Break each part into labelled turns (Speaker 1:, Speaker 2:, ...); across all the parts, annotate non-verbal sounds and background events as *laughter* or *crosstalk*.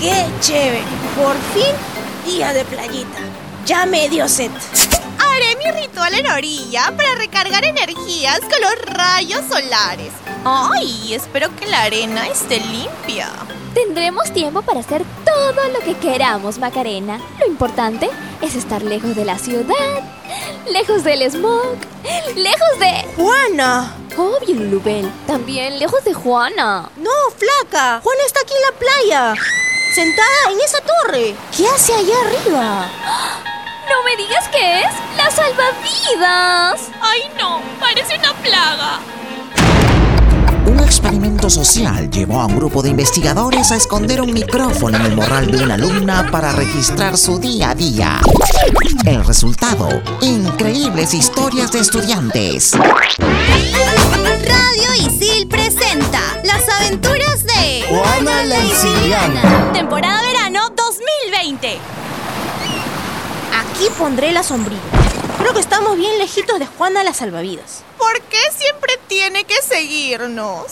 Speaker 1: ¡Qué chévere! Por fin, día de playita. Ya me dio set.
Speaker 2: Haré mi ritual en orilla para recargar energías con los rayos solares. Ay, espero que la arena esté limpia.
Speaker 3: Tendremos tiempo para hacer todo lo que queramos, Macarena. Lo importante es estar lejos de la ciudad, lejos del smog, lejos de...
Speaker 1: ¡Juana!
Speaker 3: Obvio, Lulubel. También lejos de Juana.
Speaker 1: No, flaca. Juana está aquí en la playa. Sentada en esa torre. ¿Qué hace allá arriba?
Speaker 3: No me digas que es la salvavidas.
Speaker 4: Ay, no, parece una plaga.
Speaker 5: Un experimento social llevó a un grupo de investigadores a esconder un micrófono en el morral de una alumna para registrar su día a día. El resultado, increíbles historias de estudiantes.
Speaker 2: Radio Isil presenta Las aventuras de
Speaker 6: Juana la Isiliana.
Speaker 2: Temporada Verano 2020.
Speaker 1: Aquí pondré la sombrilla. Creo que estamos bien lejitos de Juana la salvavidas.
Speaker 2: ¿Por qué siempre tiene que seguirnos?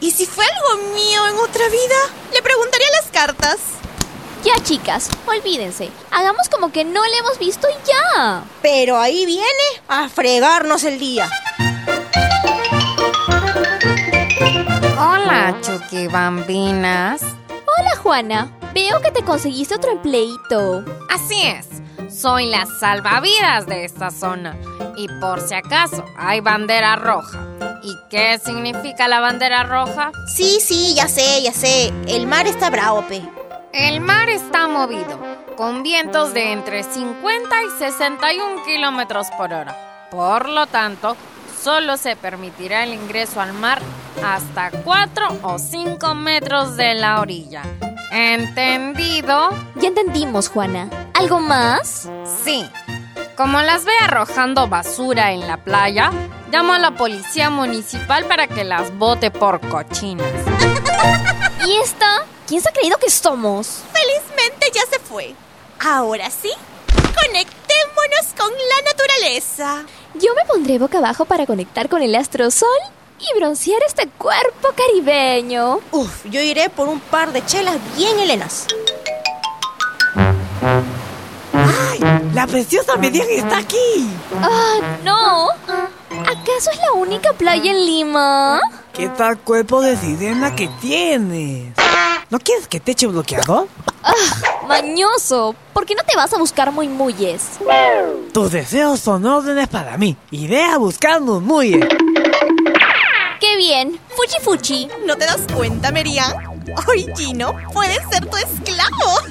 Speaker 2: ¿Y si fue algo mío en otra vida? Le preguntaría las cartas.
Speaker 3: Ya, chicas, olvídense. Hagamos como que no le hemos visto y ya.
Speaker 1: Pero ahí viene a fregarnos el día.
Speaker 7: Hola, Chucky Bambinas.
Speaker 3: Hola, Juana. Veo que te conseguiste otro empleito.
Speaker 7: Así es, soy la salvavidas de esta zona. Y por si acaso, hay bandera roja. ¿Y qué significa la bandera roja?
Speaker 1: Sí, sí, ya sé, ya sé. El mar está bravo, pe.
Speaker 7: El mar está movido, con vientos de entre 50 y 61 kilómetros por hora. Por lo tanto, solo se permitirá el ingreso al mar hasta 4 o 5 metros de la orilla. ¿Entendido?
Speaker 3: Ya entendimos, Juana. ¿Algo más? *laughs*
Speaker 7: Sí. Como las ve arrojando basura en la playa, llamo a la policía municipal para que las bote por cochinas.
Speaker 3: ¿Y esta? ¿Quién se ha creído que somos?
Speaker 2: Felizmente ya se fue. Ahora sí, conectémonos con la naturaleza.
Speaker 3: Yo me pondré boca abajo para conectar con el astrosol y broncear este cuerpo caribeño.
Speaker 1: Uf, yo iré por un par de chelas bien helenas.
Speaker 8: ¡Ay! ¡La preciosa Median está aquí!
Speaker 3: ¡Ah, no! ¿Acaso es la única playa en Lima?
Speaker 8: ¿Qué tal cuerpo de sirena que tienes? ¿No quieres que te eche bloqueado?
Speaker 3: Mañoso, ¿por qué no te vas a buscar muy muyes?
Speaker 8: Tus deseos son órdenes para mí. Iré a buscar un muelle.
Speaker 3: ¡Qué bien! ¡Fuchi fuchi!
Speaker 2: ¿No te das cuenta, Merian? Hoy Gino puede ser tu esclavo.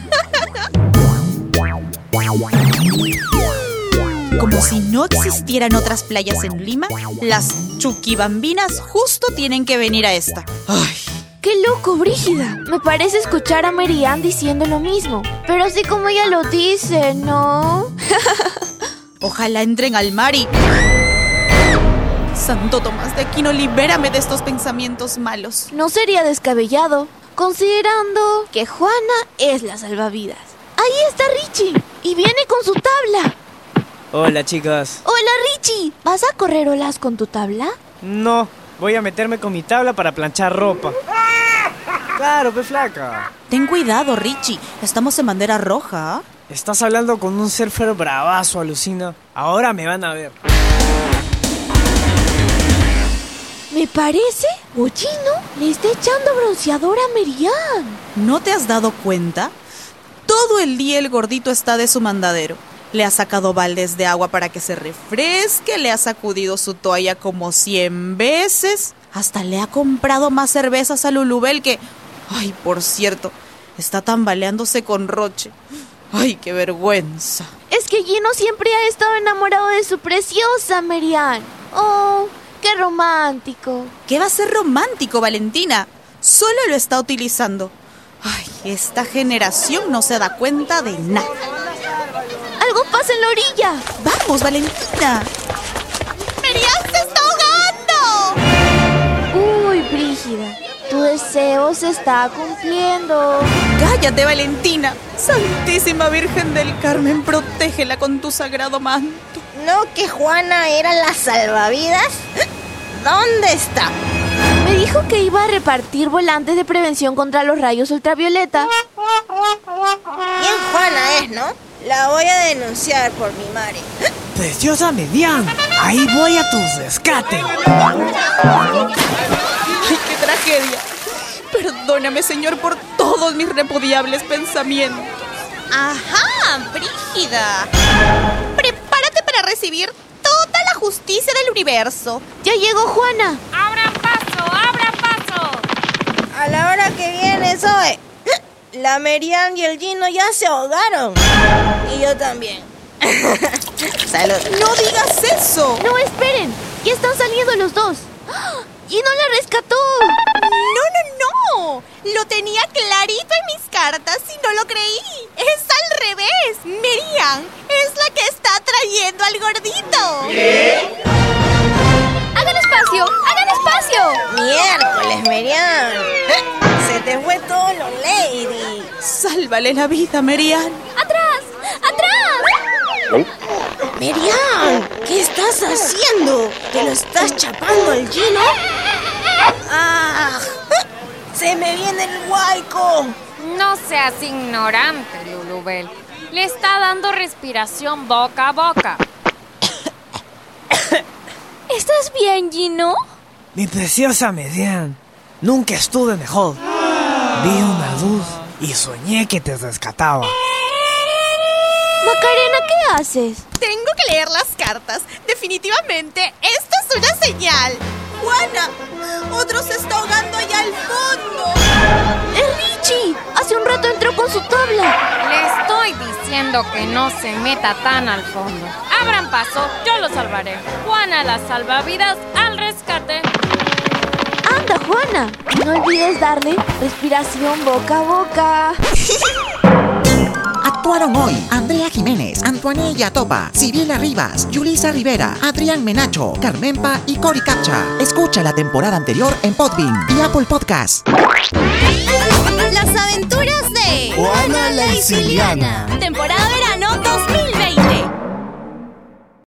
Speaker 9: Como si no existieran otras playas en Lima, las chuquibambinas justo tienen que venir a esta. Ay,
Speaker 10: ¡Qué loco, Brígida! Me parece escuchar a Mary Ann diciendo lo mismo. Pero así como ella lo dice, ¿no?
Speaker 9: ojalá entren al mar y... Santo Tomás de Aquino, libérame de estos pensamientos malos.
Speaker 10: No sería descabellado, considerando que Juana es la salvavidas. Ahí está Richie y viene con su tabla.
Speaker 11: Hola chicas.
Speaker 10: Hola Richie, ¿vas a correr olas con tu tabla?
Speaker 11: No, voy a meterme con mi tabla para planchar ropa. Claro, pe flaca.
Speaker 9: Ten cuidado, Richie. Estamos en bandera roja. ¿ah?
Speaker 11: Estás hablando con un surfer bravazo, alucina. Ahora me van a ver.
Speaker 10: Me parece, Bochino le está echando bronceador a Merian.
Speaker 9: ¿No te has dado cuenta? Todo el día el gordito está de su mandadero. Le ha sacado baldes de agua para que se refresque, le ha sacudido su toalla como 100 veces, hasta le ha comprado más cervezas a Lulubel que... Ay, por cierto, está tambaleándose con Roche. Ay, qué vergüenza.
Speaker 10: Es que Gino siempre ha estado enamorado de su preciosa Merian. Oh, qué romántico.
Speaker 9: ¿Qué va a ser romántico, Valentina? Solo lo está utilizando. Ay, esta generación no se da cuenta de nada.
Speaker 10: Algo pasa en la orilla.
Speaker 9: Vamos, Valentina.
Speaker 2: ¡Merian se está ahogando!
Speaker 10: Uy, Brígida, tu deseo se está cumpliendo.
Speaker 9: Cállate, Valentina. Santísima Virgen del Carmen, protégela con tu sagrado manto.
Speaker 1: ¿No que Juana era la salvavidas? ¿Dónde está?
Speaker 10: Me Me dijo que iba a repartir volantes de prevención contra los rayos ultravioleta.
Speaker 1: Bien Juana es, ¿no? La voy a denunciar por mi madre.
Speaker 8: Preciosa Median, ahí voy a tus rescates.
Speaker 9: ¡Ay, qué tragedia! Perdóname, señor, por todos mis repudiables pensamientos.
Speaker 2: Ajá, Brígida. Prepárate para recibir toda la justicia del universo.
Speaker 10: Ya llegó Juana.
Speaker 4: ¡Abran paso! ¡Abran paso!
Speaker 1: A la hora que viene, Zoe, la Merian y el Gino ya se ahogaron. Y yo también.
Speaker 9: Salud. ¡No digas eso!
Speaker 10: No, esperen. Ya están saliendo los dos. ¡Y no la rescató!
Speaker 2: No, no, no. Lo tenía clarito en mis cartas y no lo creí. Es al revés. Merian es la que está trayendo al gordito.
Speaker 3: ¡Hagan espacio! ¡Hagan espacio!
Speaker 1: Miércoles, Merian. Se te fue todo lo lady.
Speaker 9: Sálvale la vida, Merian.
Speaker 3: ¡Atrás! ¡Atrás!
Speaker 1: Merian, ¿qué estás haciendo? ¿Te lo estás chapando al Gino? ¡Ah! ¡Se me viene el huaico!
Speaker 7: No seas ignorante, Lulubel. Le está dando respiración boca a boca.
Speaker 3: ¿Estás bien, Gino?
Speaker 8: Mi preciosa Median, nunca estuve mejor. Vi una luz y soñé que te rescataba.
Speaker 10: Macarena, ¿qué haces?
Speaker 2: Tengo que leer las cartas. Definitivamente, esta es una señal.
Speaker 1: Juana, otro se está ahogando allá al fondo.
Speaker 10: ¡Es ¡Eh, Richie! Hace un rato entró con su tabla.
Speaker 7: Le estoy diciendo que no se meta tan al fondo. Abran paso, yo lo salvaré. Juana las salvavidas al rescate.
Speaker 10: Anda, Juana. No olvides darle respiración boca a boca.
Speaker 5: Actuaron hoy Andrea Jiménez, Antoanella Topa, Cirila Rivas, Yulisa Rivera, Adrián Menacho, Carmen Pa y Cori Capcha. Escucha la temporada anterior en Podbean y Apple Podcast.
Speaker 2: Las aventuras de
Speaker 6: Juana la Siciliana.
Speaker 2: Temporada